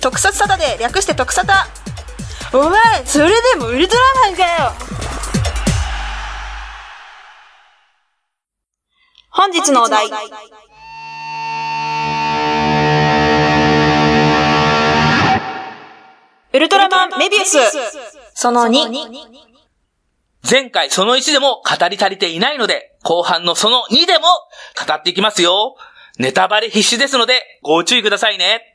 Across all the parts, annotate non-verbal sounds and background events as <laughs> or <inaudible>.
特撮サタで略して特サタお前それでもウルトラマンかよ本日のお題ウルトラマンメビウスその2前回その1でも語り足りていないので、後半のその2でも語っていきますよ。ネタバレ必至ですので、ご注意くださいね。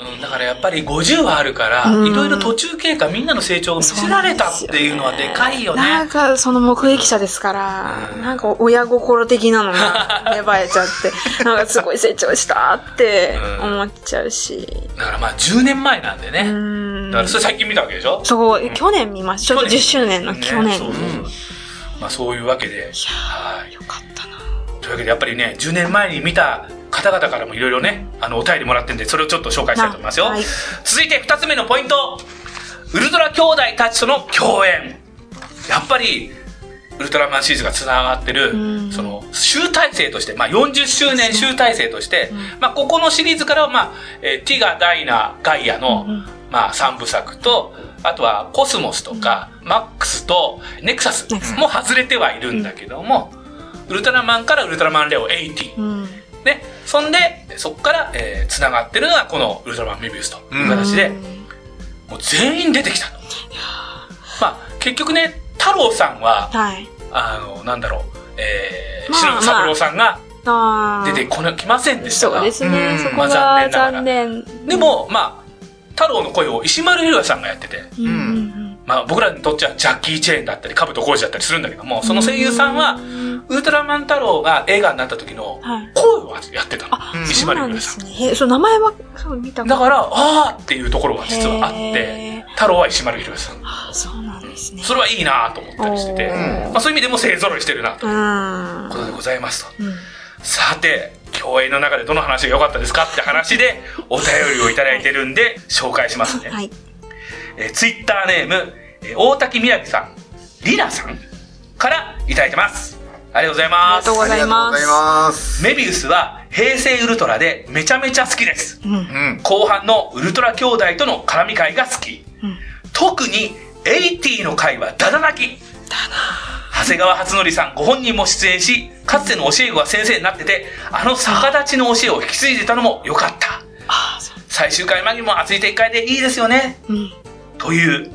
うん、だからやっぱり50はあるから、うんいろいろ途中経過みんなの成長が見せられたっていうのはでかいよなね。んか、その目撃者ですから、なんか親心的なのが芽生えちゃっ <laughs> て、なんかすごい成長したって思っちゃうし。だからまあ10年前なんでうね。だからん。それ最近見たわけでしょそう、去年見ました。ちょうど10周年の去年ねそうにそうそうまあそういうわけで。はい。よかったな。というわけでやっぱりね、10年前に見た方々からもいろいろね、あのお便りもらってんで、それをちょっと紹介したいと思いますよ。はい続いて2つ目のポイントウルトラ兄弟たちとの共演やっぱりウルトラマンシリーズがつながってる、うんその集大成として、まあ、40周年集大成として、まあ、ここのシリーズからは、まあえーティガ・ダイナ・ガイアの、まあ、3部作とあとはコスモスとか、マックスとネクサスネクサスも外れてはいるんだけども、ウルトラマンからウルトラマンレオ80、うん。ね、そんでそこから、えー、繋がってるのがこのウルトラマンメビウスという形で、もう全員出てきたとまあ結局ね太郎さんははい。あのなんだろうえーまあ篠田三郎さんがあー出てこなきませんでしたそが、うですうねん。そこまあが残残念なが念。らでもまあ太郎の声を石丸裕也さんがやってて、うん、うん。まあ、僕らにとってはジャッキー・チェーンだったり兜浩二だったりするんだけどもその声優さんはうんウルトラマン太郎が映画になった時のはい。声をやってたの、あ、石そう丸な裕んで也さんすね。え、そう、名前は、そう、見たことだから、あーっていうところが実はあって、へー太郎は石丸ひろさん。あそうなんですね。それはいいなと思ったりしてて、おーまあ、そういう意味でも勢ぞろいしてるなとう。いうんことでございますと。うんさて、共演の中でどの話が良かったですかって話で、お便りをいただいてるんで、紹介しますね。はい。えー、ツイッターネーム、えー大滝みやきさん、りなさんからいただいてます。ありがとうございあまりがとうす。ごあざりいがとうまございす。ます。メビウスは平成ウルトラでめちゃめちゃ好きです。うん。うん。後半のウルトラ兄弟との絡み会が好き、うん特に80の会はダダ泣き長谷川初則さんご本人も出演しかつての教え子が先生になっててあの逆立ちの教えを引き継いでたのも良かったああ、そ最終回間にも熱い展開でいいですよねう。うん。いという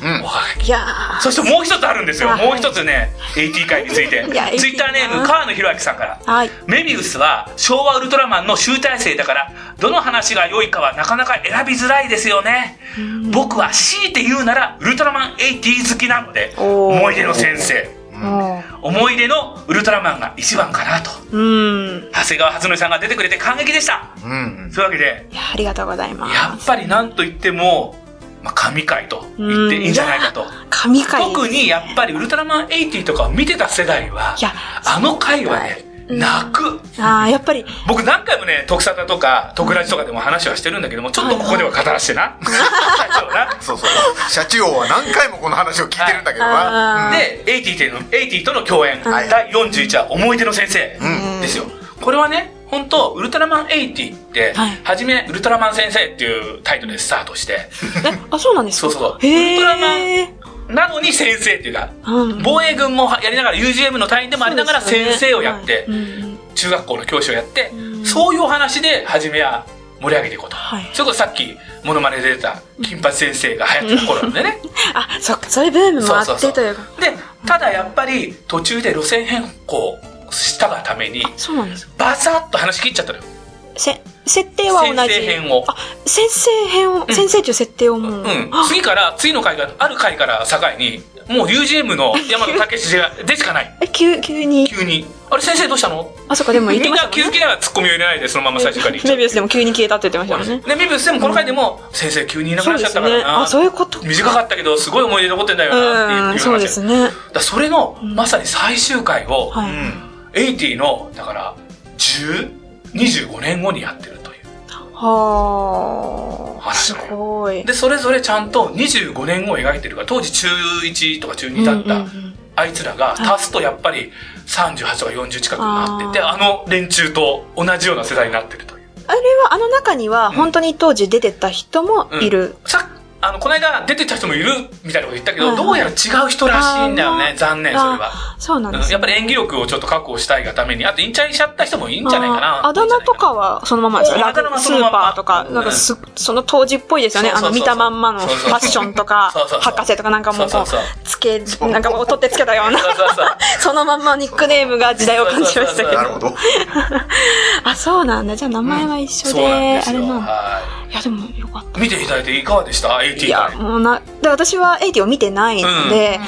うんお。はがきやーそしてもう一つあるんですよはいもう一つね AT 会についていや AT ツイッターネーム川野弘明さんからはい。メビウスは昭和ウルトラマンの集大成だからどの話が良いかはなかなか選びづらいですよねうん僕は強いて言うならウルトラマン80好きなのでおー思い出の先生も思い出のウルトラマンが一番かなとう。うん。長谷川初音さんが出てくれて感激でしたうん。そういうわけでいや、ありがとうございまやっす。ぱり何と言っても、まあ、神回と言っていいんじゃないかと神回。特にやっぱりウルトラマン80とかを見てた世代はいやあの回はねうん泣くああ、やっぱり、僕何回もね、徳沙汰とか、徳ラジとかでも話はしてるんだけども、ちょっとここでは語らせてな。そうなそうそう。社中王は何回もこの話を聞いてるんだけどあ <laughs> な。で、80との、80との共演、はい第41話、思い出の先生うんですよ。これはね、本当ウルトラマン80って、はいはじめ、ウルトラマン先生っていうタイトルでスタートして、え、あ、そうなんですそうかそうそうウへえ。ルトラマなのに先生っていうか、うん。防衛軍もやりながら UGM の隊員でもありながらそうですよね先生をやって、はいうん中学校の教師をやって、うんそういうお話で初めは盛り上げていこうと、はいそれこそさっきモノマネで出た金八先生が流行ってた頃なんでね、あ、そっか、そういうブームもあそうっそうそうてというか。でただやっぱり途中で路線変更したがためにそうなんですか。バサッと話切っちゃったのよせ、設定は同じ。先生編をあ、先生編を、先生という設定をもう。うんあ次から次の回がある回から境にもう UGM の山野武史がでしかないえ、急、急に。急に「あれ先生どうしたの?あ、そっか、で」も言みってんましたもんな気ねづきながらツッコミを入れないでそのまま最初から言っちゃメうビウスでも急に消えたって言ってましたもんね。でメビウスでもこの回でも「先生急にいなくそなうっちでゃっすたからね。な」あ、そういうこと。短かったけどすごい思い出残ってんだよなうっていん、うそうで話すね。だからそれの、うんまさに最終回を、はうい。ん。 80のだから1025年後にやってるというはあ。話すだよごい。でそれぞれちゃんと25年後を描いてるから当時中1とか中2だった、うんうんうんあいつらが足すとやっぱり38とか40近くになっててああの連中と同じような世代になってるというあれは、あの中には、本当に当時出てた人もいる。さあの、この間出てた人もいるみたいなこと言ったけど、はいはいどうやら違う人らしいんだよあーまね。あ残念、それは。あそうなんでうんすやっぱりり演技力をちょっと確保したいがために、あと引退しちゃった人もいいんじゃないかな。あだ名とかはそのままですよ。うんあだ名はスそのまーんまパーとか、なんかす、その当時っぽいですよね。そうあそうの、そう見たまんまのそフうそうそうァッションとかそうそう、そう博士とかなんかもうそこうそうそうう、つけ、なんかもう取ってつけたような、そうそうそう <laughs> そのまんまニックネームが時代を感じましたけなど。るほど。あ、そうなんだ。じゃあ名前は一緒で、そうなんですあれよ。なんだ。はいや、でもよかった。い。見ていただいていかがでした ?AT いや、会。もうな、で、私はエイティを見てないので、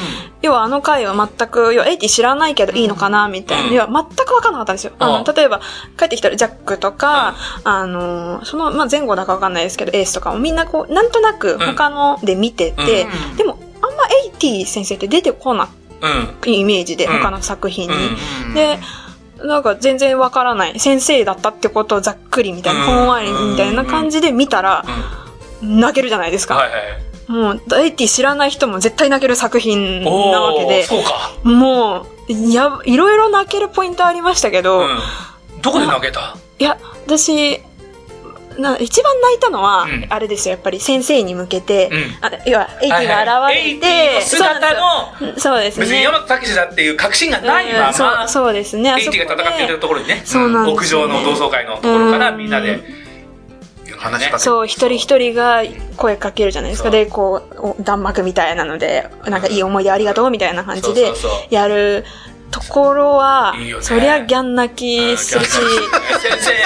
要はあの回は全く、要はエイティ知らないけどいいのかな、みたいな。うん要は全くわかんなかったんですよ。あうんの、例えば、帰ってきたらジャックとか、あの、その、まあ、前後だかわかんないですけど、エースとかもみんなこう、なんとなく他ので見てて、うんでも、あんまエイティ先生って出てこなうん。いイメージで、うん他の作品に。うんうんで、なんか全然わからない。先生だったってことをざっくりみたいな、うんほんわりみたいな感じで見たらう、ん。泣けるじゃないですか。はいはい。もう、エイティ知らない人も絶対泣ける作品なおわけー、で、そうか。もう、いや、いろいろ泣けるポイントありましたけど、うん。どこで投げたいや、私、な一番泣いたのは、うんあれですよ、やっぱり先生に向けて、うんあ要は、エイティが現れて、はいはい AT の姿そうなんの、ですよそうですね。別に山田武だっていう確信がないまうんそうま、そうですね、あそこ AT が戦っていでるところにね、そうなんで屋すよ上ねの同窓会のところからうんみんなで、話しかけそう、一人一人が声かけるじゃないですそか。うで、こう、お弾幕みたいなので、なんかいい思い出ありがとうみたいな感じそでうそうそう、やるところは、いいよねそりゃギャン泣きするし、先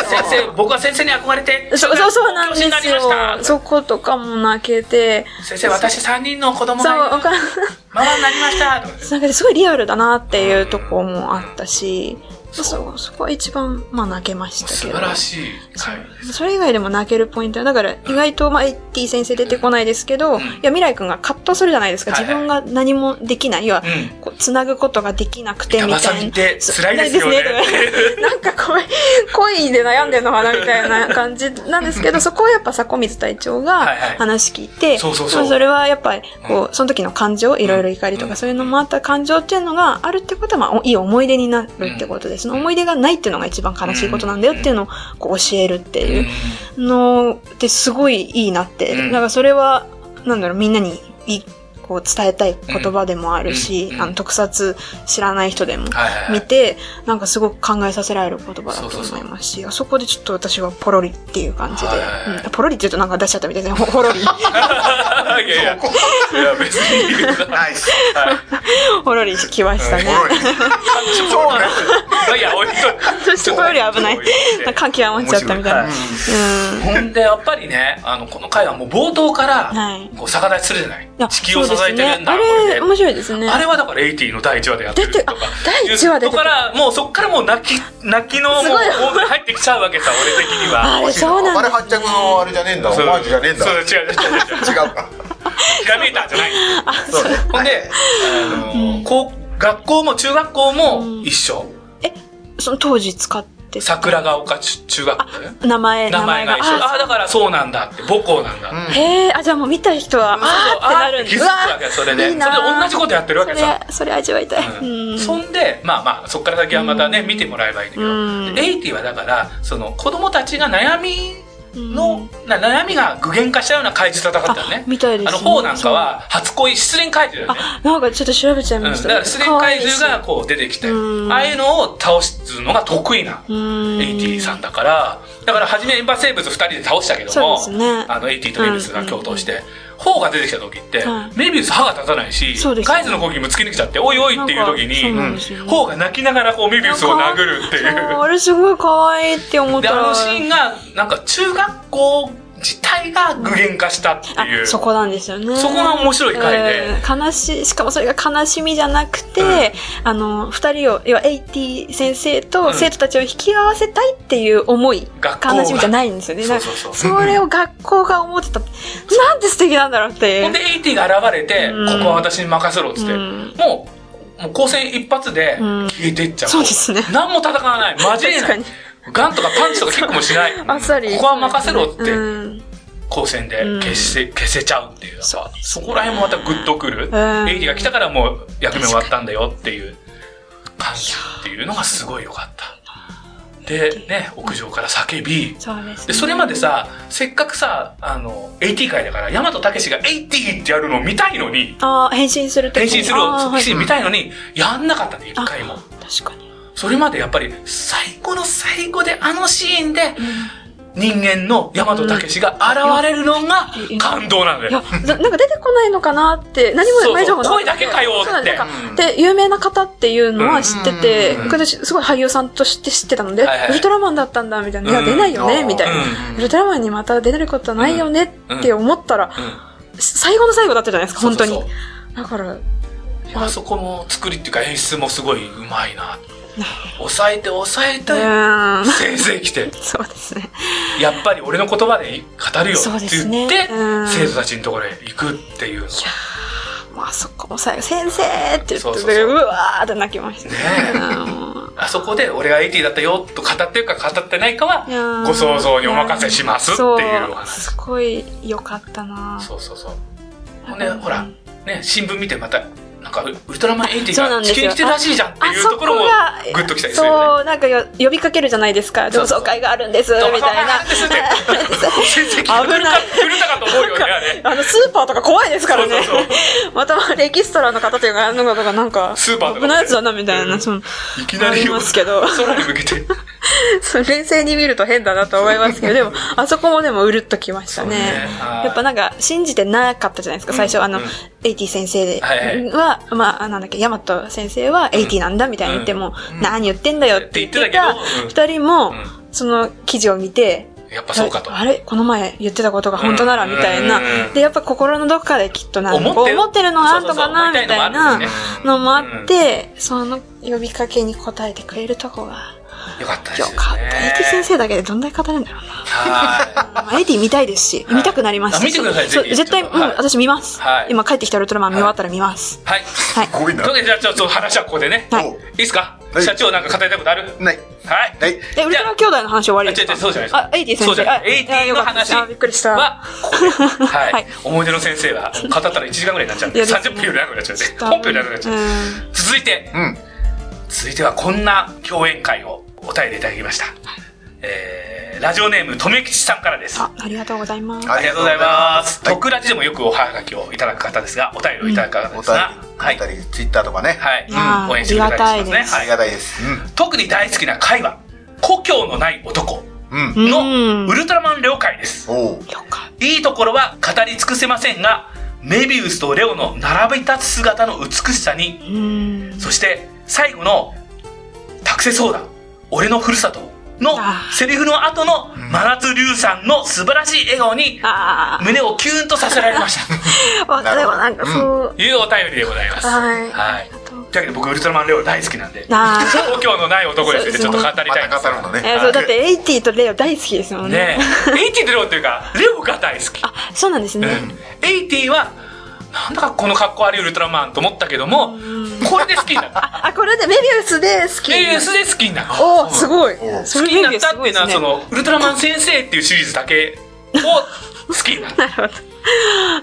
生、先生、僕は先生に憧れて、そうそうそうなんで教す師になりまよ。したそことかも泣けて、先生、私3人の子供そう、がいわるかん <laughs> ママになりましたとかなんかすごいリアルだなっていうとこもあったし、そう、そこは一番、まあ泣けましたけど。素晴らしい会それ以外でも泣けるポイントはだから意外と、まあ、エッティ先生出てこないですけど、んいや未来君が葛藤するじゃないですか、はいはい自分が何もできない要は、うんこうつなぐことができなくてみ板た挟いみ <laughs> なって辛いですよねそう辛いですねなんかこう恋で悩んでるのかなみたいな感じなんですけどそこをやっぱ迫水隊長がはいはい話聞いて、そうそうそうまあそれはやっぱりこううその時の感情いろいろ怒りとうんかそういうのもあった感情っていうのがあるってことは、まあ、いい思い出になるってことです、その思い出がないっていうのが一番悲しいことなんだよっていうのをこう教えるっていう。のってすごいいいなって、うんなんかそれはなんだろうみんなにいこう伝えたい言葉でもあるし、うんうんあの特撮知らない人でもはいはいはい見て、なんかすごく考えさせられる言葉だそうとそうそう思いますしあそこでちょっと私はポロリっていう感じで、はいはいはいうんポロリって言うとなんか <laughs> 出しちゃったみたいですねほポロリいやいや、いや別にいいけど <laughs> ナイス。ポロリ来ましたね。おいそうね。まあいや、置いとくそしてポロリ危ない置いといて。感極まっちゃったみたいな。う面ん。ほんで、やっぱりね、あの、この回はもう冒頭からはい、こう、逆立ちするじゃないいや地球を支えてるんだ、そうですこねあれれ、で面白いですね。あれはだから、エイティの第1話でやってるとか出てあ。第一話でそこから、もうそこからもう泣き、泣きの、もう、すごい入ってきちゃうわけさ、俺的には。あれそうなんあですねれ発着のあれじゃねえんだ。オマージュじゃねえんだそう、。違う、違う、違う。違うか。ひらめいたんじゃない。そうね。ほんで、あの、こう、学校も中学校も一緒。その当時使ってた桜ヶ丘中学校だよね名前、名前が一緒。あああ、だからそうなんだって、母校なんだって。へえ、あ、じゃあもう見た人は、あーってなるん気づくわけそれでいいなーそれで同じことやってるわけさそれ、それ味わいたい。ううんん。そんで、まあまあ、そこから先はまたね、見てもらえばいいんだけうど、んでエイティはだから、その子供たちが悩みの、な悩みが具現化したような怪獣戦ったよあ。ねみたいですねあの、方なんかは、初恋、失恋怪獣だよね。あ、なんかちょっと調べちゃいうん、まだしかた。ら失恋怪獣がこう出てきて、うんああいうのを倒すのが得意な。可愛いし、うん。エイティさんだから、だから初めエンパ生物二人で倒したけども、そうですねあのエイティとメビウスが共闘して、頬が出てきた時って、はいメビウス歯が立たないし、そうですねガイズの攻撃も突き抜けちゃって、おいおいっていう時に、なんかそうなんですよね頬が泣きながらこうメビウスを殴るっていそうう。あれすごい可愛いって思っで、たあら。のシーンが、なんか中学校自体が具現化したっていう。あそこなんですよね。そこが面白い回でうん悲しい、しかもそれが悲しみじゃなくて、あの、二人を、要は AT 先生うんと生徒たちを引き合わせたいっていう思い、学校が悲しみじゃないんですよね。そなうんかそうそうそれを学校が思って <laughs> た。なんて素敵なんだろうっていほんうで。エイティが現れて、うんここは私に任せろっつって、うんもう、もう光線一発でうん消えてっちゃう。そうですね何も戦わない。マジで確かに。ガンとかパンチとか結構もしない。 <laughs> あっさり。ここは任せろって、うん光線で消せ、消せちゃうっていう。そうですねそこら辺もまたグッとくる。うんエイティが来たからもう役目終わったんだよっていう感じっていうのがすごい良かった。で、ね、屋上から叫び、そうです、で、それまで、さ、せっかくさ、あの、AT 会だから、ヤマトタケシが AT ってやるのを見たいのに、ああ、変身すると変身するあーはいシーン見たいのに、やんなかったね、一回も。確かに。それまでやっぱり、最後の最後であのシーンで、人間のヤマトタケシが現れるのがうん感動なんだいやよ。な、なんか出てこないのかなって、何も前情報なそうそう声だけかよってそうなんですなんうんかで、有名な方っていうのは知ってて、うん私、すごい俳優さんとして知ってたので、はいはいウルトラマンだったんだ、みたいな。いや、うん出ないよね、みたいな。うんウルトラマンにまた出れることないよねって思ったら、うん最後の最後だったじゃないですか、本当に。そうそうだから、そういやあそこの作りっていうか演出もすごいうまい <laughs> な。抑えて抑えて、うーん。先生来て、 <laughs> そうですね。やっぱり俺の言葉で語るよそうっでてす言ねって、うん生徒たちのところへ行くっていうの。まあ、そこも最後、先生って言って、そううそうそうわーって泣きました。ねうんあそこで俺が AT だったよと語ってるか語ってないかいやはーご想像にお任せしますっていうお話。すごい良かったなそうそうそう。ほんで、ほら、ね、新聞見てまた、なんかウルトラマン80そうながんで地す球よに来てるらしいじゃんってあいうそとこころもがグッときたりするよね。そうなんかよ呼びかけるじゃないですか同そうそう窓会があるんですみそうたいなそうそうなんですって先生聞く危ない来るたかと思うよね、あれ。あのスーパーとか怖いですからねそうそう <laughs> またエキストラの方というかあの方がなんかスーパーとか危ないやつだなみたいな、うんそのいきなりありますけど <laughs> 空に向けて。そう冷静に見ると変だなと思いますけどでもあそこもでもうるっときましたねやっぱな、なんか信じてなかったじゃないですか最初あの、うんエイティ先生は、はいまあ、なんだっけ、ヤマト先生はエイティなんだみたいに言っても、うん何言ってんだよって言ってったて言って二人も、うんその記事を見て、やっぱそうかと。あれこの前言ってたことが本当ならうんみたいなうんうんうん。で、やっぱ心のどっかできっとなんかこ思うってる思ってるのはあんとかなそうそうそうみたいみたいなのもあるんでなすねのもあって、その呼びかけに応えてくれるとこが、よかったですよね。かった。エイティ先生だけでどんだけ語れるんだろうな。はまあエイティ見たいですし、はい見たくなりました。あ見てくださいそうぜひ絶対、ちうょん、っとはい私見ますはい。今帰ってきたウルトラマン見終わったら見ます。い。はい。はい。すごいなというわけで、じゃあちょっと話はここでね。はいいいですかはい社長なんか語りたいことあるないはい。ないえ、ウルトラ兄弟の話終わりですあ違う違うそうじゃないですあ、エイティ先生。そうじゃないあエイティの話あ、びっくりした。は、ここで。はい。はい思い出の先生は、語ったら1時間ぐらいになっちゃうんいで、やですね30分より長くなっちゃうんで、本編より長くなっちゃうんでうん続いて、うん続いてはこんな共演会をお便りでいただきました。えー、ラジオネーム、とめきちさんからです。あ、ありがとうございます。はありがとうございます。はいトクラジでもよくおはがきをいただく方ですが、お便りをいただく方おですが、は便い。り、ツイッターとかね、はい、あー応援してくれたりありがしますたいね。ですあはりいがたいです。特に大好きな会は、故郷のない男うん、うん、のうんウルトラマン了解です。おう、よかっいいところは語り尽くせませんが、メビウスとレオの並び立つ姿の美しさにた。うん。そして最後の「タクセソーダ俺のふるさと」のあーセリフの後の真夏龍さんの素晴らしい笑顔にあ胸をキュンとさせられましたあ、わかるわ、なんかそう。と <laughs> いうお便りでございます。はいはい、というわけで僕ウルトラマンレオ大好きなんでああ、そう。東京のない男ですねちょっと語りたいんまですた語るのね。えーそう、だって、エイティとレオ大好きですもんね。ね <laughs> えエイティとレオっていうかレオが大好きあ、そうなんですね。エイティはなんだかこの格好悪いウルトラマンと思ったけどもこれで好きになっ <laughs> たあ、これでメビウスで好き。エースで好きになったおーすごい。おそ好れきにメなっビウスたすっごていいうでのすは、そね。の、ウルトラマン先生っていうシリーズだけを好きになった。なるほど。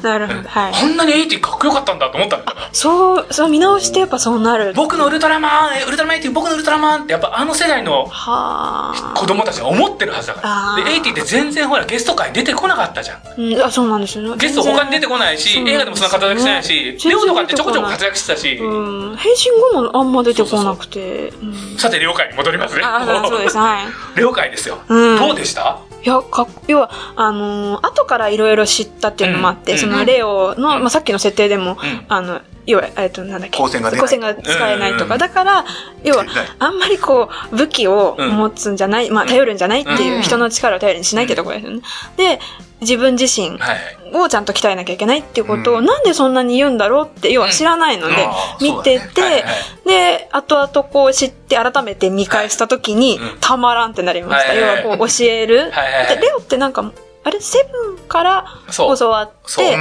なるほど。 <laughs> はい。こんなにエイティかっこよかったんだと思ったんだから。そう、そう見直してやっぱそうなる。は僕のウルトラマン、えウルトラマンエイティ、僕のウルトラマンってやっぱあの世代のあ。子供たちが思ってるはずだかあら。ーで、エイティって全然ほらゲスト界出てこなかったじゃん。うん、あ、そうなんですよね。ゲスト他に出てこないし、全然映画でもそんな活躍してないし、そうレですねオとかってちょこちょこ活躍してたし、うん。変身後もあんま出てこなくて。うんさて、レオ界に戻りますね。あ、そう <laughs> です。はい。レオ界ですよ。うんどうでしたいや、かっ要は、あのー後からいろいろ知ったっていうのもあって、うんそうんの、レオの、まあ、さっきの設定でも、んあの、要は、えっと、なんだっけ。光線が出ない光が使えないとうんうんうか。んだから、要は出ない、あんまりこう、武器を持つんじゃない、まあ、頼るんじゃないっていう、うん人の力を頼りにしないってところですよね。で、自分自身はい。をちゃんと鍛えなきゃいけないっていうことを、うんなんでそんなに言うんだろうって、要は知らないのでうんあ、ー見てそうて、だねはいはいで、後々こう知って、改めて見返したときに、はいうんたまらんってなりました。はいはいはい要はこう教える。はいはいはいでレオってなんか、あれ、セブンからそう教わっそう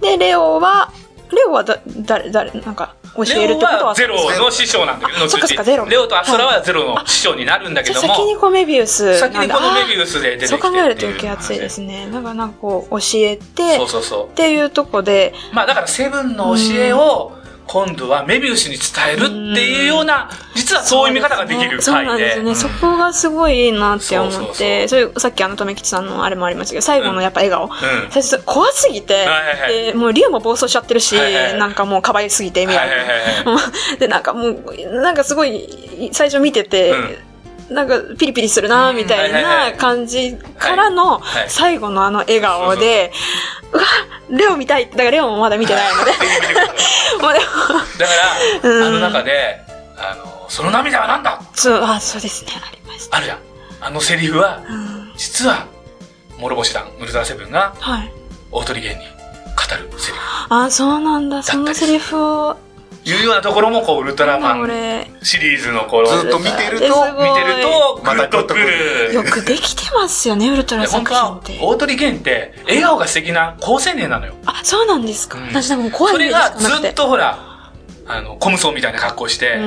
て、で、レオは、レオはだ、誰、誰、なんか、教えるレってことオははゼロの師匠なんだけど、あそっかそっかゼロレオとアスラはゼロの師匠になるんだけじゃどあも、先にこうメビウスなんだ先にこのメビウスで出てきてそう考えると受けやす厚いですね。だからなんかこう、教えてそう、そうそっていうとこで、うまあだからセブンの教えを今度はメビウスに伝えるっていうような、実はそういう見方ができるそうな回んでですよね。うんそこがすごいいいなって思って、そそうそうれさっきあの、とめきちさんのあれもありましたけど、最後のやっぱ笑顔。うん最初怖すぎて、はいはいはいでもう竜も暴走しちゃってるし、はいはいはいなんかもうかばいすぎてみたいな、はいはいはいうん <laughs> でなんかもうなんかすごい最初見てて、なんかピリピリするなみたいうんはいはいはいな感じからのはいはい最後のあの笑顔で、うわレオ見たいだからレオもまだ見てない <laughs> のでもうでもだかうんら、あの中で、あの、その涙は何だそうあそうですねありました、あるじゃん。あのセリフは、うん実は、諸星団、ウルトラセブンが、はい大鳥芸に語るセリフ。あそうなんだそのセリフをいうようなところも、こう、ウルトラマン俺シリーズの頃、ずっ見と見てるとえすごいてると、まぐたっとくよる。くできてますよねウルトでラ本作当品はって、大鳥芸って、笑顔が素敵な好青年なのよ。あそうなんですか、うん私でも怖いそイメーれジしがかなくずってとほら、あの、コムソーみたいな格好して、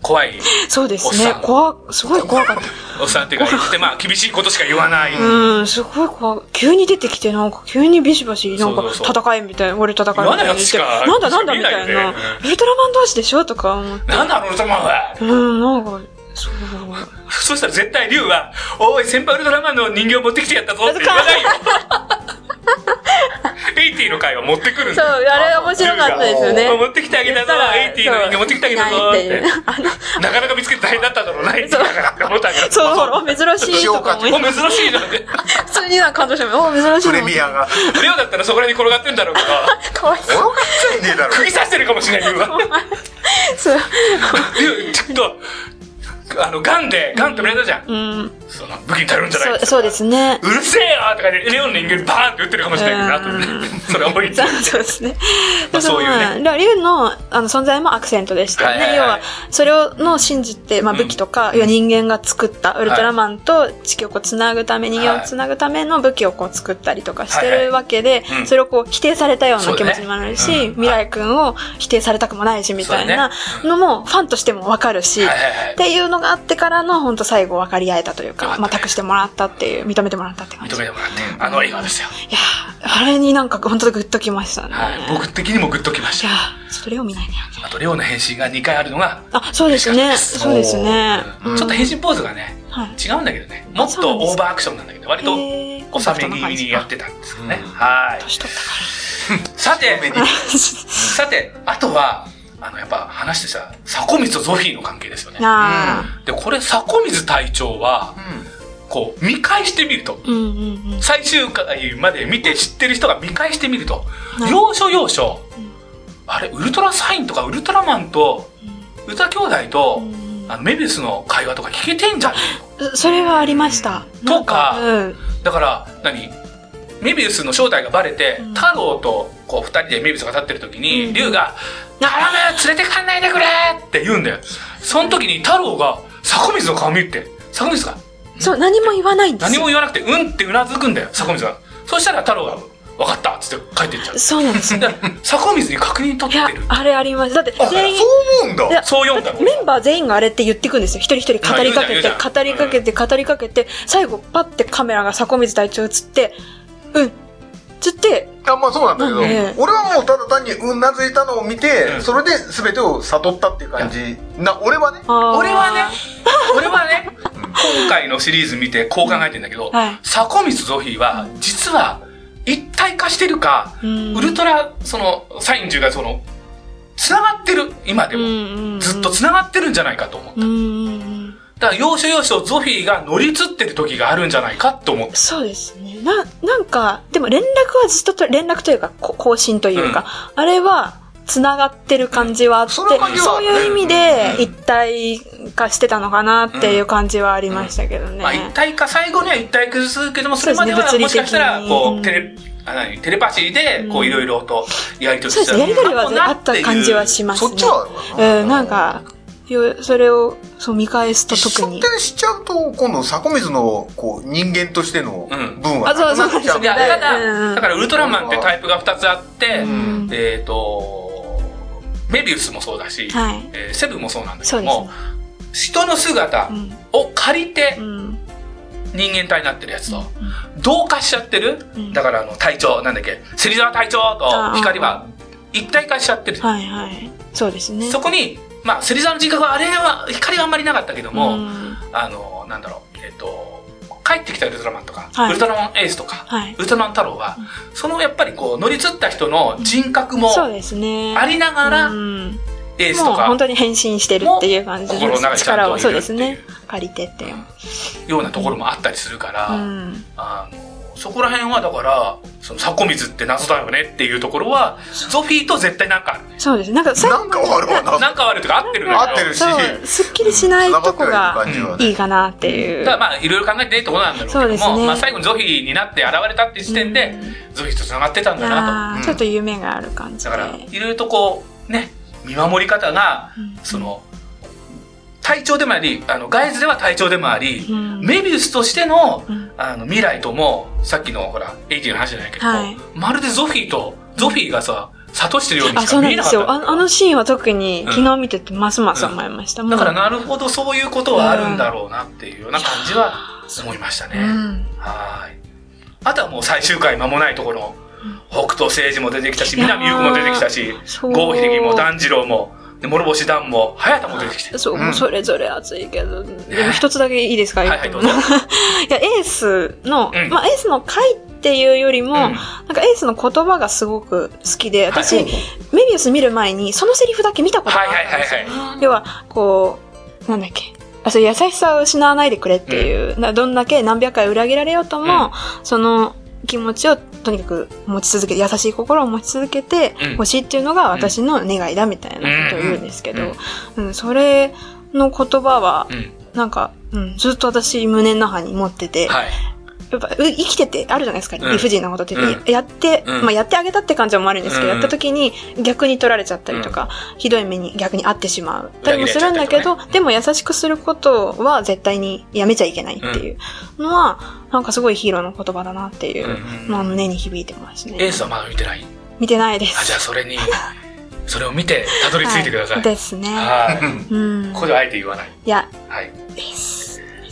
怖いそうですおっねさん。怖、すごい怖かった。おっさんっていうか言って、まあ、厳しいことしか言わない。うん、すごい怖い。急に出てきて、なんか、急にビシバシ、なんかそう、そうそう戦えみたいな、俺戦えみたいな言って。言わないやつしかなんだなんだみた見いないよなね。ウルトラマン同士でしょとか思って。なんだあのウルトラマンはうん、なんか、そう。そしたら絶対竜は、おい、先輩ウルトラマンの人形持ってきてやったぞって言 <laughs> わないよ。エイティの回は持ってくるんそだう、よ。あれ面白かったですよね。お持ってきてあげたぞ、エイティの人形持ってきてあげたぞって。そう <laughs> あの、なかなか見つけて大変だっただろうな、エイティだからって思ったけど。そう、ほら、珍しいとか思いお、珍しいなって。普通になんか感動しても、お、珍しいプな。レ <laughs> ミアがレオだったらそこら辺に転がってんだろうけど、かわい転がっちゃいねえだろ釘刺してるかもしれない、竜は。そう。竜、ちょっと、あの、ガンで、ガンってめられたじゃん。うん、その武器に頼るんじゃないそうそうですね。うるせえよとかで、レオンの人間バーンって撃ってるかもしれないけど、あうとんね、 <laughs> それはもういい。 <laughs> そうそうですね。まあそういうねその竜のあの存在もアクセントでしたよね。はいはいはい要は、それをの信じて、まあ、うん武器とか、要は人間が作った、ウルトラマンと地球をこうつなぐため、人間をつなぐための武器をこう作ったりとかしてはいはいるわけで、うんそれをこう否定されたようそなう気だね持ちにもなるうんし、未来君を否定されたくもないし、みたいなそうのも、ファンとしてもわかるし、はいはいはいっていうのがあってからの、本当最後分かり合えたというよかっか、たねまあ、託してもらったっていう、認めてもらったって感じ。認いめてもらって、あの笑顔ですよ。やー、あれになんか本当グッときましたね。はい。僕的にもグッときましいやた。ー、ちょっとレオ見ないね。あと、レオンの変身が2回あるのが、あ、そうですね。そうですね。うんちょっと変身ポーズがね、はい。違うんだけどね、もっそうなとんですオーバーアクションなんだけど、割と、へー小雨気味にやってたんですよね。はい。年取ったかさて、目にさて、あとは、あの、やっぱ話としては、迫光とゾフィーの関係ですよね。ら。 <laughs> なあ。で、これ、迫水隊長は、こう、見返してみると。うんうんうん。最終回まで見て知ってる人が見返してみるとは、い要所要所うん、あれ、ウルトラサインとかウルトラマンと、ウルトラ兄弟と、あのメビウスの会話とか聞けてんじゃねうんそれはありました。なんとかうん。えのだから、何メビウスの正体がバレて、うん太郎とこう二人でメビウスが立ってる時うに、ん龍が、頼む連れてかんないでくれって言うんだよ。その時に太郎が、迫水の顔見るって、迫水が、そう、何も言わないんです何もよ。言わなくて、うんってうなずくんだよ、迫水が。そしたら太郎が、わかったっつって帰っていっちゃう。そうなん <laughs> ですよ。だから迫水に確認取いっやてる、あれありました。だってあそ全員、う思うんいやだそう読んだのメンバー全員があれって言ってくんですよ。一人一人語りかあ言けうじて、ゃん言うじゃん語りかけて、語りかけて、最後パッてカメラが迫水隊長映って、うん。つって、あまあそうなんだけど、なんで俺はもうただ単にうなずいたのを見て、うんそれで全てを悟ったっていう感じな俺はねあー俺はね、俺はね、今回のシリーズ見てこう考えてんだけど、はい迫水ゾフィーは、実は、一体化してるか、うんウルトラ、その、サイン中がその、繋がってる、今でうんも。うんうんずっと繋がってるんじゃないかと思う。うんうんうん。だから、要所要所ゾフィーが乗り移ってる時があるんじゃないかと思って。そうですね。な、なんか、でも連絡はずっとと、連絡というか、こ更新というか、あれは、つながってる感じはあって、それはそういう意味で、一体化してたのかなっていう感じはありましたけどね。まあ、一体化、最後には一体化するけども、それまでは、そうですねもしかしたら、こ物理的にう、テレ、あ、何テレパシーで、こう、いろいろと、やりとりそうしでてすね。やりとりはなんだあろっうなていたう感じはしますね。そっちはあるわうん、なんか、よそれを、そう見返すと特出に。店しちゃうと今度迫水のこう人間としてのうん分はなくなっちゃういや、たうだ、んだからウルトラマンってタイプが2つあって、うんえっ、と、メビウスもそうだし、はいえーセブンもそうなんだけそどうですねも、。人の姿うんを借りてうん。人間体になってるやつと、同化しちゃってる、んだからあの隊長、なんだっけ、芹沢隊長とあー光は一体化しちゃってる。はいはい。そうですね。そこに、まあ、芹沢の人格は、あれは、光はあんまりなかったけども、んあの、なんだろう、えっと、帰ってきたウルトラマンとか、はいウルトラマンエースとか、はい。ウルトラマン太郎は、そのやっぱりこう、乗り移った人の人格もそうですね。ありながら、うんエースもとうか、本当に変身してるっていう感じ心の中でにちゃん力とをいるそうですねってい借りてっていう、ようなところもあったりするから、うん、あの、そこら辺はだから、その、迫水って謎だよねっていうところは、ゾフィーと絶対なんかある。そうですねなんか最な後んか悪いわな。なんか悪いとか合ってるんだけど。合ってるしそうすっきりしないとこが繋がってはいる感じはねいいかなっていう、だからまあ、いろいろ考えてねえところなんだろうけども、そうですねまあ、最後にゾフィーになって現れたっていう時点で、ゾフィーと繋がってたんだなあうーんちょっと夢がある感と。じだでから、いろいろとこう、ね、見守り方が、その、体調でもあり、あの、ガイズでは体調でもあり、うんメビウスとしてのうん、あの、未来とも、さっきの、ほら、エイティの話じゃないけども、はいまるでゾフィーと、ゾフィーがさ、諭してるようにあしそかうな見えんでなかっすたんよだよああのシーンは特にうん昨日見ててますます思いました、もうだから、なるほど、そういうことはあるんだろうなっていうような感じは思いましたね。うん、はーい。あとはもう最終回間もないところ、北斗星司も出てきたし、いやー南優子も出てきたし、そう郷秀樹も炭治郎も、で諸星団も、早田も出てきて。そう、うんもうそれぞれ熱いけど、でも一つだけいいですか、はい言はっいてもどうぞ <laughs> いや、エースの、うんまあ、エースの回っていうよりも、うんなんかエースの言葉がすごく好きで、私、はいメビウス見る前に、そのセリフだけ見たことがはあっいはいたはんいですよ。はい。要は、こう、なんだっけ。あそう優しさを失わないでくれっていう、などんだけ何百回裏切られようとも、うんその気持ちをとにかく持ち続けて、優しい心を持ち続けてうんほしいっていうのが私の願いだみたいなことを言うんですけど、うんそれの言葉は、うん。なんか、うん、ずっと私胸の中に持ってて、はい。やっぱう生きててあるじゃないですか、うん理不尽なことって、うんやって、うんまあやってあげたって感じもあるんですけど、うんやった時に逆に取られちゃったりとか、ひどい目に逆に遭ってしまうたりもするんだけ裏切られちゃど、ったりとかねでも優しくすることは絶対にやめちゃいけないっていうのは、なんかすごいヒーローの言葉だなっていう、うんまあ胸に響いてますエーね。スはまだ見てない。見てないであ、じゃあす。それに、それを見て、たどり着いてくださ。はいですね。はい。うん。ここではあえて言わない。いや、はい。だです。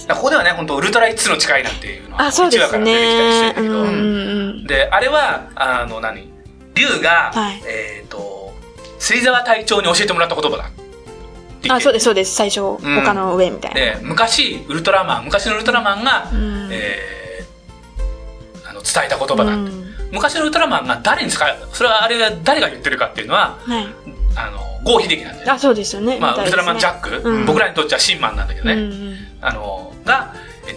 からここではね、本当ウルトラ1の誓いなんていうのは、あ、そうで1話かすら出てきたりしてねる。うけんど、うんで、あれは、あの、何竜が、はいえっ、と、芹沢隊長に教えてもらった言葉だっうてん。言っあ、て。そうです、そうです。最初、丘の上みたいな。で昔、ウルトラマン、昔のウルトラマンが、うんえーあの、伝えた言葉だ、うん昔のウルトラマンが誰に使う、それはあれが誰が言ってるかっていうのは、はい。あの、郷秀樹なんだよね。あ、そうですよね。まみあ、たウいですルトねラマンジャック、うん僕らにとってはシンマンなんだけどね。うんうんあの、が、え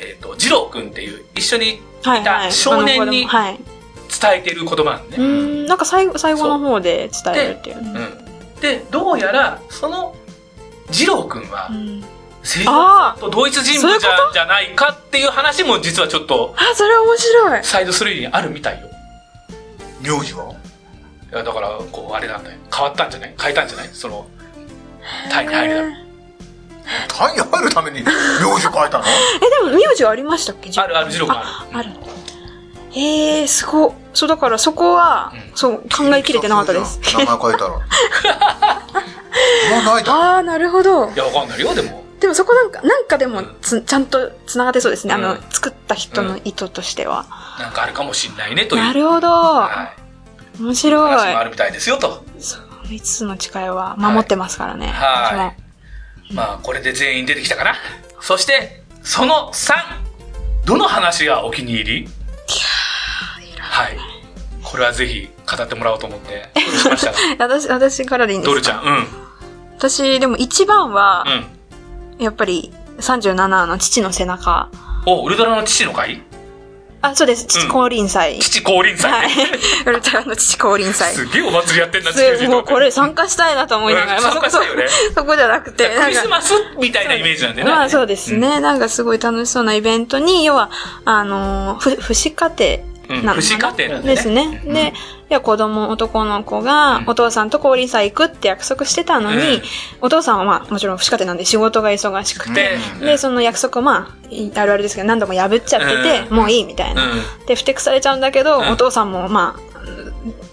えーと、二郎くんっていう、一緒にはいはいたい、少年にあの子供はい。伝えてる言葉なんで、うね。ん、なんか最後、最後の方で伝えるっていうね。うん。で、どうやら、その、二郎くんはう、ん芹沢あさんと同一人そういう物こじゃじゃないかっていう話も実はちょっと、あ、それ面白い。サイドスリーにあるみたいよ。名字はいや、だから、こう、あれなんだよ。変わったんじゃない変えたんじゃないその、タイに入る単に入るために名字変えたのえ、でも名字はありましたっけだろ。あるある、二郎くんある。ある。へえ、すごっ。そう、だからそこはう、んそう、考えきれてなかったです。名前変えたら。もうないだろ。ああ、なるほどい。や、わかんないよ、でも。でもそこなんか、なんかでもつ、ちゃんと繋がってそうですね。あうのん、作った人の意図としては。なんかあるかもしんないね、という。なるほど。は面い。話も白あい。るみたいですよ、と。そう、5つの誓いは守ってますからね。はい私もまあ、これで全員出てきたかな。そして、その3。どの話がお気に入りはい。これはぜひ語ってもらおうと思って、お願いし <laughs> ましたが。私、私からでいいんですドかルちゃん、うん。私、でも一番は、うん。やっぱり、37の父の背中。お、ウルトラの父の会あ、そうです。父降臨祭。父降臨祭。はい。 <laughs> ウルトラの父降臨祭。 <laughs> すげえお祭りやってんな、す地球人もとうこれ参加したいなと思いながら、うんまあ参加したいよねそこそこじゃなくて、クリなスんか、マスみたいなイメージなんでね。まあそうですね、なんかすごい楽しそうなイベントに、要は、あのー、ふ、不死家うん。庭なのかな不死家庭なんででね。すね。で、いや、子供、男の子がうん、お父さんと降臨祭行くって約束してたのに、うんお父さんはまあ、もちろん不死家庭なんで仕事が忙しくて、うんで、その約束をまあ、いあるあるですけど、何度も破っちゃってて、うんもういいみたいな。うん。で、不適されちゃうんだけど、うんお父さんもまあ、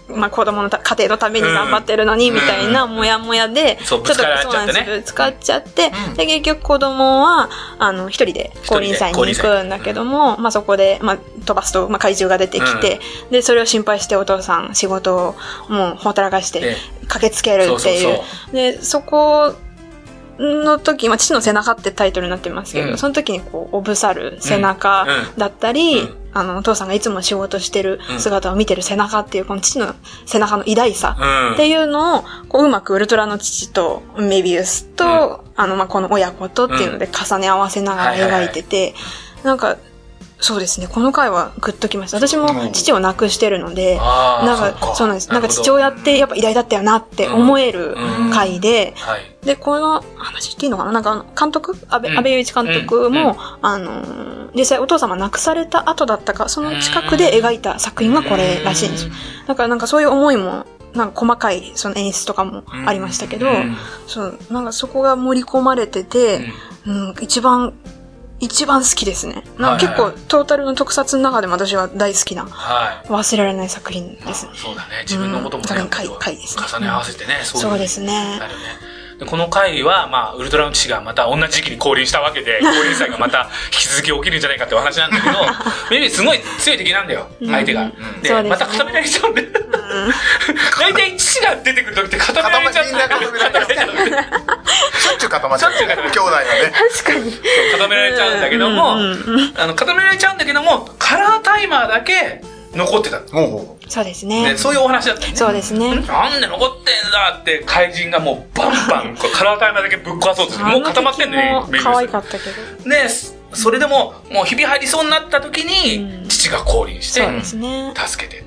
まあ、子供のた家庭のために頑張ってるのに、うんみたいなもやもやで、そうぶつからっちゃってねぶつかっちゃって、うんで、結局子供は、あの、一人で降臨祭に行くんだけども、まあ、そこで、まあ、飛ばすと、まあ、怪獣が出てきて、で、それを心配してお父さん、仕事をもうほったらかして、で駆けつけるそうっそてういう。そうで、そこの時、まあ、父の背中ってタイトルになってますけど、うんその時にこう、おぶさる背中だったり、うんあの、お父さんがいつも仕事してるうん姿を見てる背中っていう、この父の背中の偉大さうんっていうのを、こう、うまくウルトラの父とメビウスと、あの、まあ、この親子とっていうので重ね合わせながら描いてて、なんか、そうですね、この回はグッときました。私うもん父を亡くしてるので、あーなんか、そうなんです。なんか父る親ってやっぱ偉大だったよなって思えるうん回で、ほどはいで、この話っていうのかななんかあの、監督安う倍、ん安倍雄一監督うんうも、あのー、実際お父様亡くされた後だったか、その近くで描いた作品がこれらしいんですよ。だからなんかそういう思いも、なんか細かいその演出とかもありましたけど、うんそう、なんかそこが盛り込まれてて、うん、一番、一番好きですね。なんか結は構いはトータルの特撮の中でも私は大好きな、はい忘れられない作品まあですね。そうだね自分のこともねうんやっぱり高い高いですね重ね合わせてねいそうですねな。るね。でこの回は、まあ、ウルトラの父がまた同じ時期に降臨したわけ <laughs> で、降臨祭がまた引き続き起きるんじゃないかってお話なんだけど、メビウスすごい強い敵なんだよ、うん相手が。でそうですねまた固められちゃうんで。大体父が出てくる時って固められちゃうんだよ。固められち固ゃうめられちゃうんだよしょっちゅう固まっちゃう。しょっちゅう固まっち兄弟がね。確かに。固められちゃうんだけども、うんうんうんあの、固められちゃうんだけども、カラータイマーだけ残ってた。ほうほそうですね、ね。そういうお話だったよね。そうですね。なんで残ってんだって怪人がもうバンバン <laughs> こうカラータイマーだけぶっ壊そうとしてもう固まってんのあよの敵もメビウス可愛かったけど。ねそれでももうひび入りそうになった時に、うん父が降臨してそうですね。助けて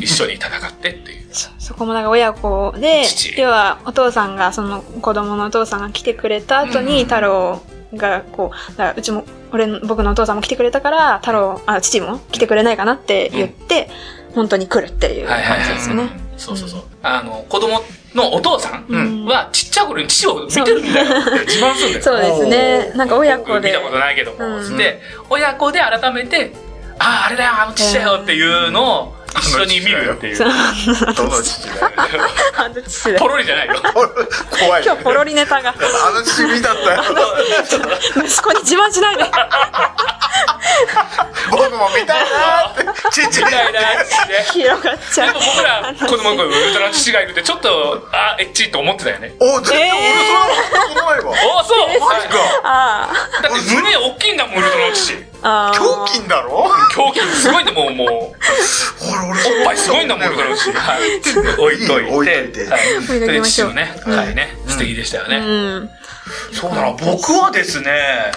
一緒に戦ってっていうそそこもなんか親子で父、要はお父さんが、その子供のお父さんが来てくれた後うんに太郎がこう、だからうちも、俺の、僕のお父さんも来てくれたから、太郎、あ、父も来てくれないかなって言って、本当に来るっていうはいはい感はいじですよね。そうそうそう、あの子供のお父さんうんはちっちゃい頃に父を見てるんだよって自慢するんだよそうですね。 <laughs> なんか親子見でた。ことないけども、うんつって親子で改めてあああれだよあの父だよっていうのを一緒に見るっていうそうう。どの父だよ。あの父だポロリじゃないよ怖い。今日ポロリネタが。あの父見たんだよ。息子に自慢しないで。僕も見たいなーって。ちっちみたゃいない。で広がっちでゃもう。僕ら子供の頃ウルトラの父がいるってちょっとあエッチと思ってたよねお、全然え俺そんなことないわ。おそうマジかあだって胸大きいんだもんウルトラの父あ。ああ。狂気だろ胸筋すごいんだもんもうおっ俺俺そぱいすごいんだもんウルトラの父はい置いといて置いといてはい置いときましょうという父のねはいね素敵でしたよねうん。そうだな僕はですね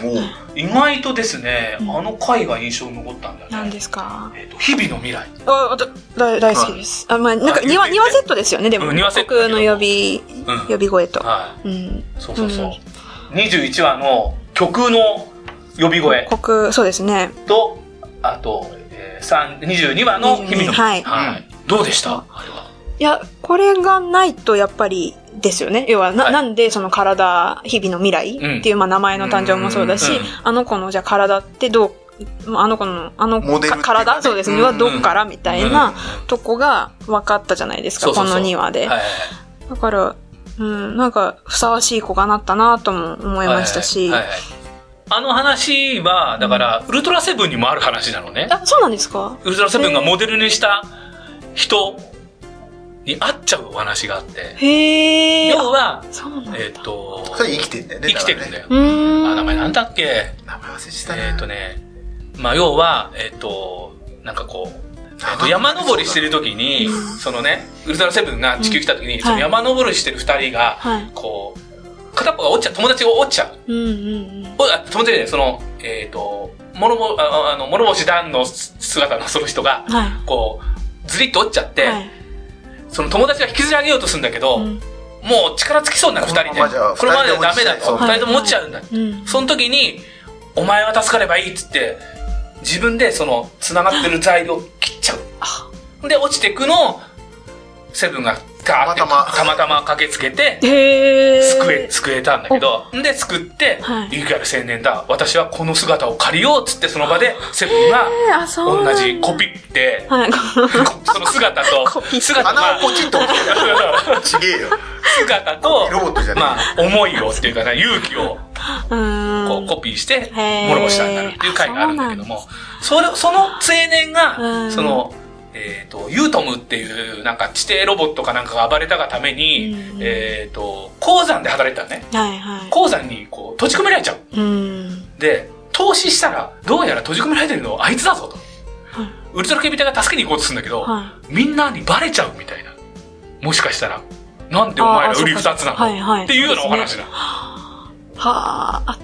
もう意外とですねあの回が印象に残ったんだよ何ねですかえっと日々の未来あ、だ大大好きです。あ、まあ、なんかあ言庭、って言っ庭てセットですよね、でうも。ん庭セット僕の呼び、うん呼び声と。はいうん。そうそうそう。21話の曲の呼び声国、そうですね。と、あと、えー、三22話の日々の。 22はいどうでしたあれは。いや、これがないとやっぱりですよね。要は、な、はいなんでその体、日々の未来っていう、まあ名前の誕生もそうだし、うんうんあの子のじゃあ体ってどう、まああの子の、あのモデルっていうかかね体そうですね。はどっからみたいなうとこが分かったじゃないですか、そうそうそうこの2話で。はいはいだから、うん、なんか、ふさわしい子がなったなとも思いはいましたし、はいはいはいあの話は、だから、ウルトラセブンにもある話なのね。あ、そうなんですかウルトラセブンがモデルにした人に会っちゃうお話があって。へえ。要は、そうなんだ。えっ、と、それ生きてんだよね。生きてるんだよ。よ。うーん。あ、名前なんだっけ名前忘れてたなえっ、とね、まあ、要は、えっ、と、なんかこう、えっと山登りしてる時に、そのね、ウルトラセブンが地球来た時に、んその山登りしてる二人が、はい。こう、片っぽが落ちちゃう、友達が落ちちゃうう。んうんうん。おあ友達じゃない、その、えっ、と、諸々ああの、諸星団の姿のその人が、はい。こう、ずりっと落ちちゃって、はいその友達が引きずり上げようとするんだけど、うんもう力尽きそうになる二人で。このままじゃこのままじゃダメだそと。う二人とも落ちちゃうんだ。うん。その時に、お前は助かればいいっつって、自分でその、繋がってる材料を切っちゃう。で、落ちていくのを、セブンがガーってたまたまたまたま駆けつけて、へえ。救え、救えたんだけど、で、救って、はいゆきある青年だ、私はこの姿を借りようっつって、その場で、セブンが、えーあ、そうな同んだじコピって、はい。 <laughs> その姿コピと、ー姿穴をが、ポチッ <laughs> と落としてちげえよ。姿とロボットじゃ、ねえまあ、思いをっていうかな、勇気をうーん。こうコピーして、へー諸星さんになるっていう回があるんだけども、それ、その青年うが、んその、えっ、と、ユートムっていう、なんか地底ロボットかなんかが暴れたがために、うんえっ、と、鉱山で働いてたのね。はいはい。鉱山にこう、閉じ込められちゃう。うん。で、投資したら、どうやら閉じ込められてるのはあいつだぞと。はいウルトラ警備隊が助けに行こうとするんだけど、はみんなにバレちゃうみたいな。もしかしたら、なんでお前ら売り二つなの、はいはい。っていうようなお話そうだ。ですねはあ、あ、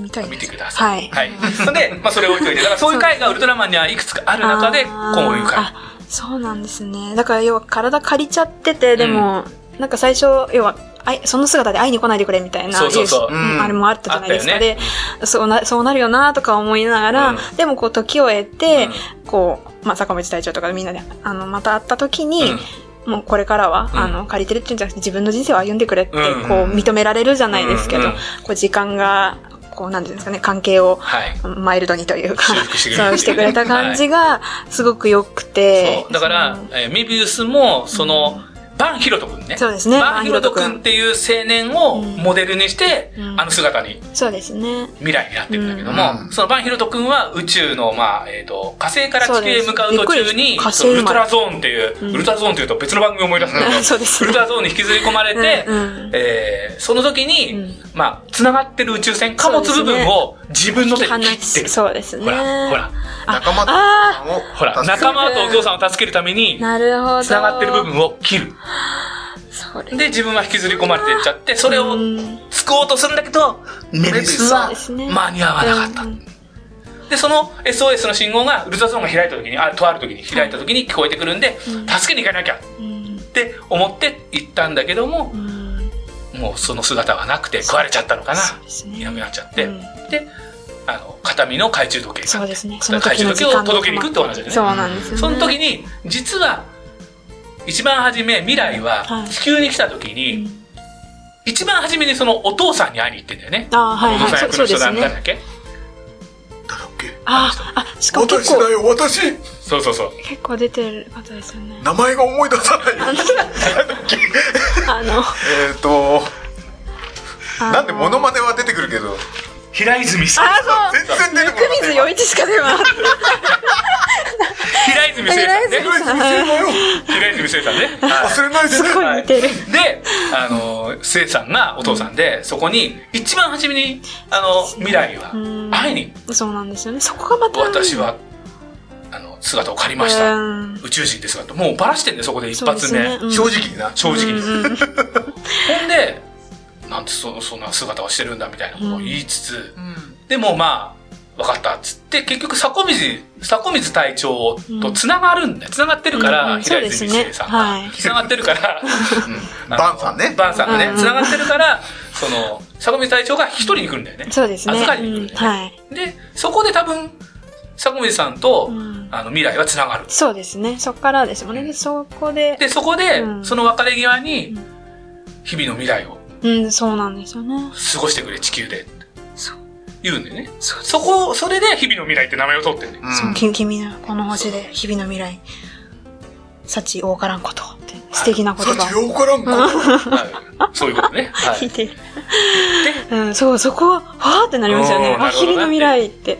見たいです。見てください。はい。で、まあ、それ置いといて、だからそういう回がウルトラマンにはいくつかある中で、こあーういう回。あそうなんですねだから要は体借りちゃっててでも、なんか最初要はあいその姿で会いに来ないでくれみたいなそうそうそうういんあれもあったじゃないですあか、ったよでそうなそうなるよなとか思いながら、うんでもこう時を経て、うこう、まあ、坂口隊長とかみんなであのまた会った時に、うんもうこれからは、うんあの借りてるっていうんじゃなくて自分の人生を歩んでくれって、うんこう認められるじゃないですけど、うんうんこう時間がこうなんていうんですかね関係をはい。マイルドにというか、修復してくれるそうしてくれた感じがすごく良くて。そう。だから、えーメビウスも、その、バンヒロト君ね。そうですねバンヒロトバンヒロト君君っていう青年をうんモデルにして、うんあの姿にそう、そうですね。 <laughs> 未来になってるんだけども、うんそのバンヒロト君は宇宙の、まあ、えっ、と、火星から地球へ向かう途そ中うですびっくりしに、た火星そ生のまウれルトラゾーンっていう、うんウルトラゾーンっていうと別の番組を思い出すんだけど、そうですウルトラゾーンに引きずり込まれて、うんうんえーその時に、うんまあ、繋がってる宇宙船貨物部分を自分の手で切ってる。そうですね。ほら、ほら、仲間とあをほら、助け仲間とお父さんを助けるために、なるほど。繋がってる部。分を切る。それ。で、自分は引きずり込まれていっちゃって、それをうん救おうとするんだけど、メビウスはそうですね間に合わなかったう。んで、その SOS の信号が、ウルトラゾーンが開いた時に、あ、とある時に開いた時に聞こえてくるんで、うん助けに行かなきゃっうんて思って行ったんだけどもう、んもうその姿はなくて食われちゃったのかな。そうですねいなくなっちゃって、うんで、あの、片身の懐中時計がそうですね。その懐時中の時時計を間届けに行くってお話だよね。そうなんですよね。その時に、実は、一番初め、未来はは、い地球に来た時うに、ん一番初めにそのお父さんに会いに行ってんだよね。あーはいお父はさい。ん役そのうで人すなんだね。っけ誰だっけあー、あ、しかも結私だ構、よ、私そうそうそう。結構出てる方ですよね。名前が思い出さない。あの、あの、えっと、あのなんでモノマネは出てくるけど、平泉さん。あ、そう全然出てこ福水ない。陽一しか出ます。平泉聖さんね。平泉平泉聖さんね。忘れないですね。ごい似てる。で、あの、聖さんがお父さんで、そこに、一番初めに、あの、未来はうん、会いに、そうなんですよね。そこがまた。私は、あの、姿を借りうました。ん、宇宙人ですが、もうバラしてんで、そこで一そうで発す目。ねうん正直にな。正直に。うんうんほんで、なんてそそんな姿をしてるんだみたいなことを言いつつ、でもまあ、分かったっつって、結局、迫水、迫水隊長と繋がるんだよ。繋がってるから、うん平泉そう聖ですねさんはいが。繋がって <laughs> るから、あのバンさんねバンさんがねう、ん繋がってるから、その、迫水隊長が一人に来るんだよね。そうですね。預かりにう行んくんだよね。はい。で、そこで多分、迫水さんと、うんあの、未来は繋がる。そうですね。そこからですもんね。でそこで、で、そこでう、んその別れ際にうん、日々の未来をうん、そうなんですよね。過ごしてくれ、地球で。そう言うんだよね。そうそこ、それで日々の未来って名前を取ってるね。うんき君のこの星で日々の未来、幸多からんことって素敵な言さち葉。よからんこと。はいそういうことね。は聞いい。てる。うん、そう、そこは、はーってなりましたよね。うんあ、日々の未来って。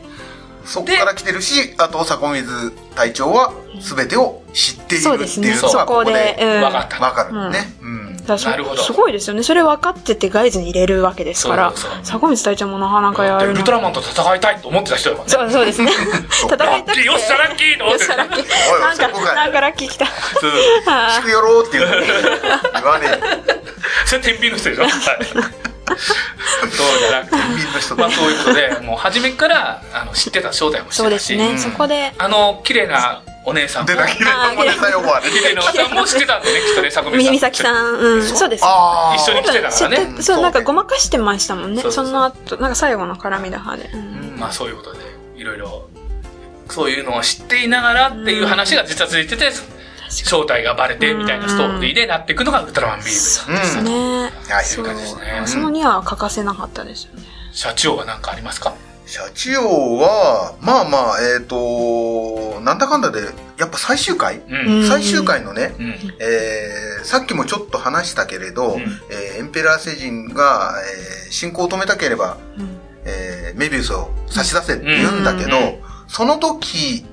そこから来てるし、あと、迫水隊長は全てを知っているそうっですてね。いうそのはこここで、うでん。わかった。わかるね。うん。だからそなるほどすごいですよね。それ分かってて外図に入れるわけですからそうそうそう、坂口隊長もなかなかやでるウなルトラマンと戦いたいと思ってた人だからね。そう、そう <laughs> ですね。そう戦ラいッたくキーて。よっしゃラッキーとよ思っってしゃラッキーおいなんそこか、がなんかラッキー来た。そう聞くよろーって言うのに言わねえ。それ天秤の人でしょはい。そうじゃなくて。天秤の人まあだ。そういうことで、もう初めからあの知ってた正体も知っそうてでたすし、ね。んそこで、あの、綺麗なお姉さんも、出たきれいなもんだよ、もうあれ。綺麗なお姉さんも知ってたんでね、きっ <laughs> とね、作みみさきん。さん、うん、そうです。ああ。一緒に来てたから多分知っね。てそう、なんかごまかしてましたもんね。そうそそうそうの後、なんか最後の絡みだ派で。うんまあそういうことで、いろいろ、そういうのを知っていながらっていう話が実は続いてて、正体がバレてみたいなストーリーでなっていくのがウルトラマンビリーそうですね。はいそブうという感じですね。そのには欠かせなかったですよね。社長は何かありますかシャチ王は、まあまあ、えっ、と、なんだかんだで、やっぱ最終回、うんうん最終回のね、うんえーさっきもちょっと話したけれど、うんえーエンペラー星人が、えー進行を止めたければ、うんえーメビウスを差し出せって言うんだけど、うんその時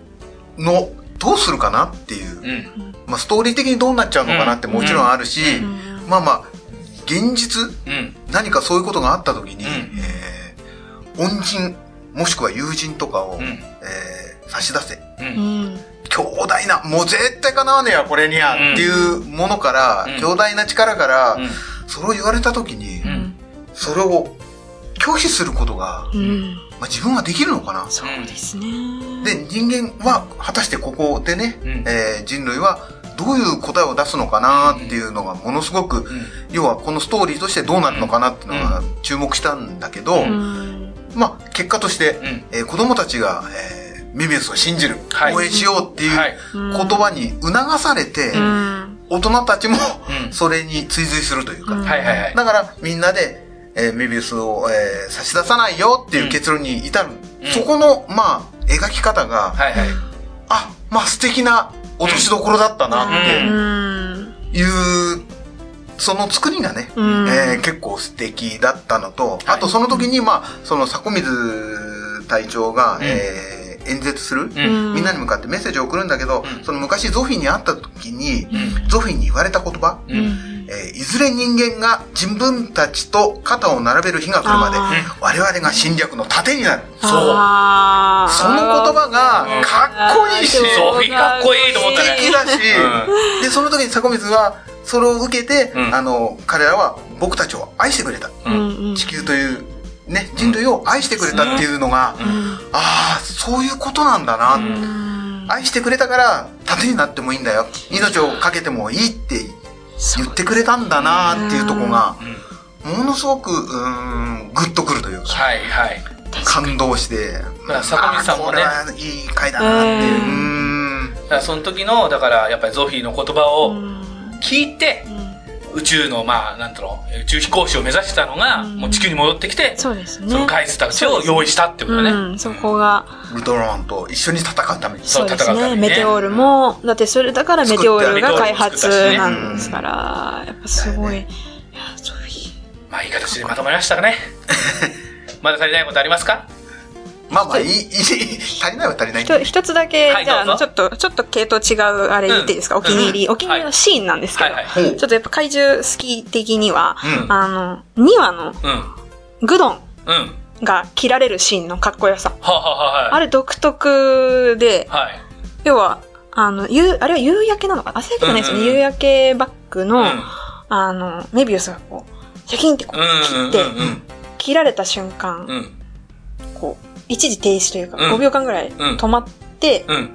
の、どうするかなっていう、うんまあ、ストーリー的にどうなっちゃうのかなってもちろんあるし、うんまあまあ、現実、うん何かそういうことがあった時に、うんえー恩人、もしくは友人とかを、うんえー差し出せ。うんうん強大な、もう絶対叶わねえや、これにゃ、うんっていうものから、うん強大な力かうら、んそれを言われた時に、うんそれを拒否することが、うんまあ、自分はできるのかな。そうですね。で、人間は、果たしてここでね、うんえー人類は、どういう答えを出すのかなっていうのが、ものすごく、要はこのストーリーとしてどうなるのかなっていうのが注目したんだけど、ううんまあ結果として、うんえー子供たちが、えーメビウスを信じる、はい応援しようっていうはい言葉に促されて、うん大人たちもうんそれに追随するというか、うんはいはいはいだからみんなで、えーメビウスを、えー差し出さないよっていう結論に至る、うんそこのまあ描き方が、はいはいあまあ素敵な落としどころだったなっうんうんていう、その作りがね、うんえー結構素敵だったのと、あとその時に、まあ、その迫水隊長が、んえー演説すうる、んみんなに向かってメッセージを送るんだけど、うんその昔ゾフィーに会った時に、うんゾフィーに言われた言葉、うんうんえーいずれ人間が自分たちと肩を並べる日が来るまで、あ我々が侵略の盾になる。そう。あーその言葉うんが、かっこいいし、うんそうかっこいいと思ったね素敵だし、で、その時に迫水は、それを受けて、うんあの、彼らは僕たちを愛してくれた。うんうんうん地球という、ね、人類を愛してくれたっていうのが、うんああ、そういうことなんだな。うんうん愛してくれたから、盾になってもいいんだよ。命をかけてもいいって言ってくれたんだなっていうとこが、うんものすごく、うーん、グッとくるというか、はいはい感動して、まあ坂道さんもねあーこれはいい回だなっていうう。うーんん。だからその時のだからやっぱりゾフィーの言葉うをん聞いて宇宙のまあなんだろう宇宙飛行士を目指してたのがうんもう地球に戻ってきてそうですねその返すたちを用意したってことだうねんそこがウルトラマンと一緒に戦うために。そうそうです戦うためねにねメテオールもだってそれだからメテオールが開発なんですからやっぱすごいいやそういうまあいい形でまとまりましたか <laughs> ねまだ足りないことありますかまあまあ、いい、いい、足りないは足りないんひだとけど。一つだけはいじゃああどうのちぞょっとちょっと系統違うあれ言っていいですかうんお気に入りうんお気に入りのシーンなんですけはどいはいほうちょっとやっぱ怪獣好き的にはうんあの2話のうんグドンうんが切られるシーンのかっこよさはあはああはれ独特であはい要はあの夕あれは夕焼けなのかな朝焼けじゃないですよねうんうんうん夕焼けバッグのはいあの、メビウスがこう、シャキンってこうんうんう、う切っんうて、ん切られた瞬間、うんうんこう、一時停止というか、うん5秒間ぐらいん止まって、うん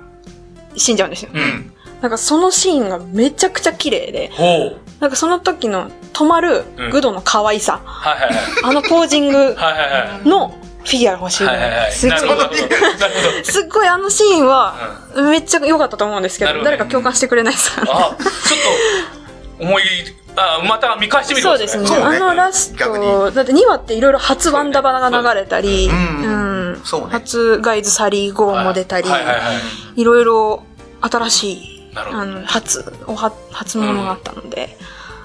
死んじゃうんですよ。うんなんかそのシーンがめちゃくちゃ綺麗で、ほうなんかその時の止まるうんグドの可愛さ、はいはいはいあのポージン <laughs> グはいはいはいのフィギュアが欲しいぐはいはいら。はいいすっなるほどごなるほどなるほどい、すっごいあのシーンは、めっちゃ良かったと思うんですけなるど、ほどね誰か共感してくれないですかあ、ちょっと、思い、あ、また見返してみるそうですね。そうねあのラス逆にト、だって2話っていろいろ初ワンダバナが流れたり、そうねうんうんそうね初ガイズサリー号も出たり、はいはいはい。いろいろ新しい、なるほどあの、初、おは、初物があったので、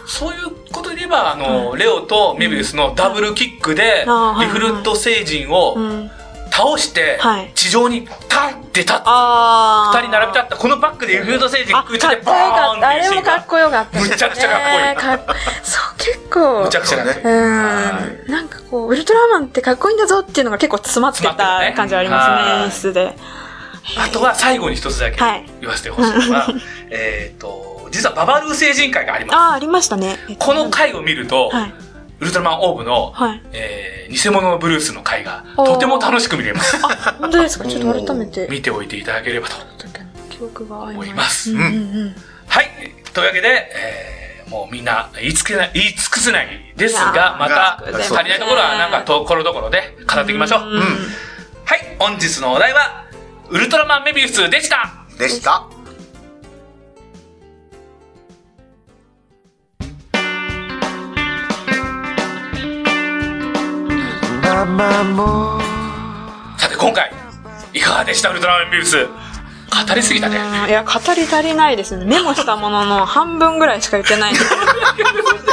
そういうことで言えば、あの、レオとメビウスのダブルキックであーはいは、いリフルット星人うをん。倒してはい、地上にタンって立って、あー二人並び立ったこのバックでリフルット星人あ、がかっこ空よかった。あ中でバーンっていうれシーもンかがっ、こよかったですね。むちゃくちゃかっこいいねかっそう、結構。むちゃくちゃかっこいい。うん。なんかこう、ウルトラマンってかっこいいんだぞっていうのが結構詰まって詰まってるたね感じはありはいますね、演出で。あとは最後に一つだけはい言わせてほしいのは、えっと、実はババルー星人会があります。ああ、ありましたね。この回を見ると、はい。ウルトラマンオーブの、はいえー偽物のブルースの回がとても楽しく見れます。本当ですかちょっと改めて。見ておいていただければと。記憶が曖思い昧ますうんうんはい。というわけで、えーもうみんな言いつけない、言い尽くせないですいやが、ーまたありがとうございます足りないところはなんかところどころで語っていきましょう。うんはい。本日のお題は、ウルトラマンメビウスでした。でした。いかがでしたウルトラマンビブス。語りすぎたね。うんいや、語り足りないですね。メモしたものの半分ぐらいしか言ってないんで。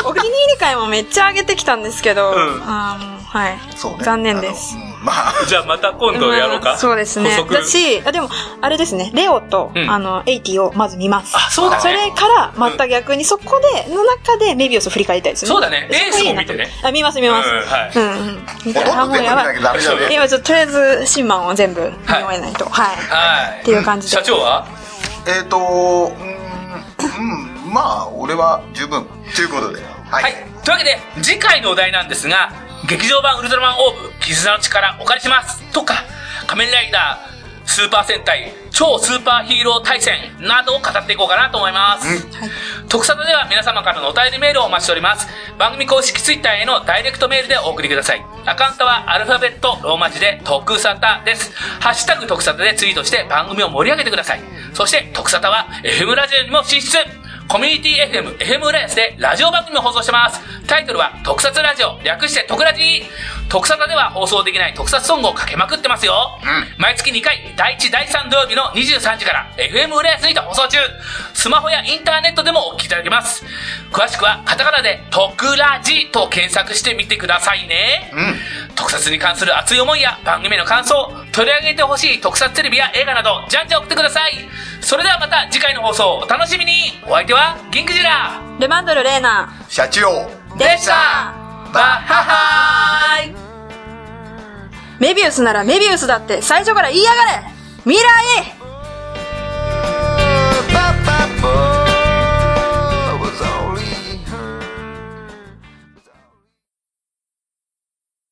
お気に入り会もめっちゃ上げてきたんですけど、うんあーもうはい。そうね。残念ですあの。うんまあ、じゃあまた今度やろうまあか。そうですね補。足だし、あでも、あれですね、レオと、うんあの、エイティをまず見ます。あ、そうだね。それから、また逆に、そこで、の中で、メビウスを振り返りたいですね。そうだね。レーそこスいもいな見とてね。あ、見ます、見ます。うんはいうん、うん。見ほたとあ、んもどうや全部見ばないきゃ。ダメだ <laughs> ね。今ちょっととりあえず、シンマンを全部見終えないと。はい。はっいて。いう感じで。社長はえっ、ー、とうーん、うん、まあ俺は十分ということで、はい、はい。というわけで、次回のお題なんですが、劇場版ウルトラマンオーブ、絆の力お借りしますとか、仮面ライダー、スーパー戦隊、超スーパーヒーロー対戦などを語っていこうかなと思います。特撮では皆様からのお便りメールをお待ちしております。番組公式ツイッターへのダイレクトメールでお送りください。アカウントはアルファベットローマ字で特サタです。ハッシュタグ特サタでツイートして番組を盛り上げてください。そして特サタは FM ラジオにも進出コミュニティ FM、FM 浦安でラジオ番組を放送してます。タイトルは特撮ラジオ、略して特ラジ特撮では放送できない特撮ソングをかけまくってますよ。毎月2回、第1、第3土曜日の23時から FM 浦安にて放送中。スマホやインターネットでもお聞きいただけます。詳しくはカタカナで特ラジと検索してみてくださいね。特撮に関する熱い思いや番組への感想、取り上げてほしい特撮テレビや映画など、じゃんじゃん送ってください。それではまた次回の放送お楽しみにお相手は、ギンクジラレマンドル・レーナ社長でしたバッハハーイメビウスならメビウスだって最初から言いやがれ未来へ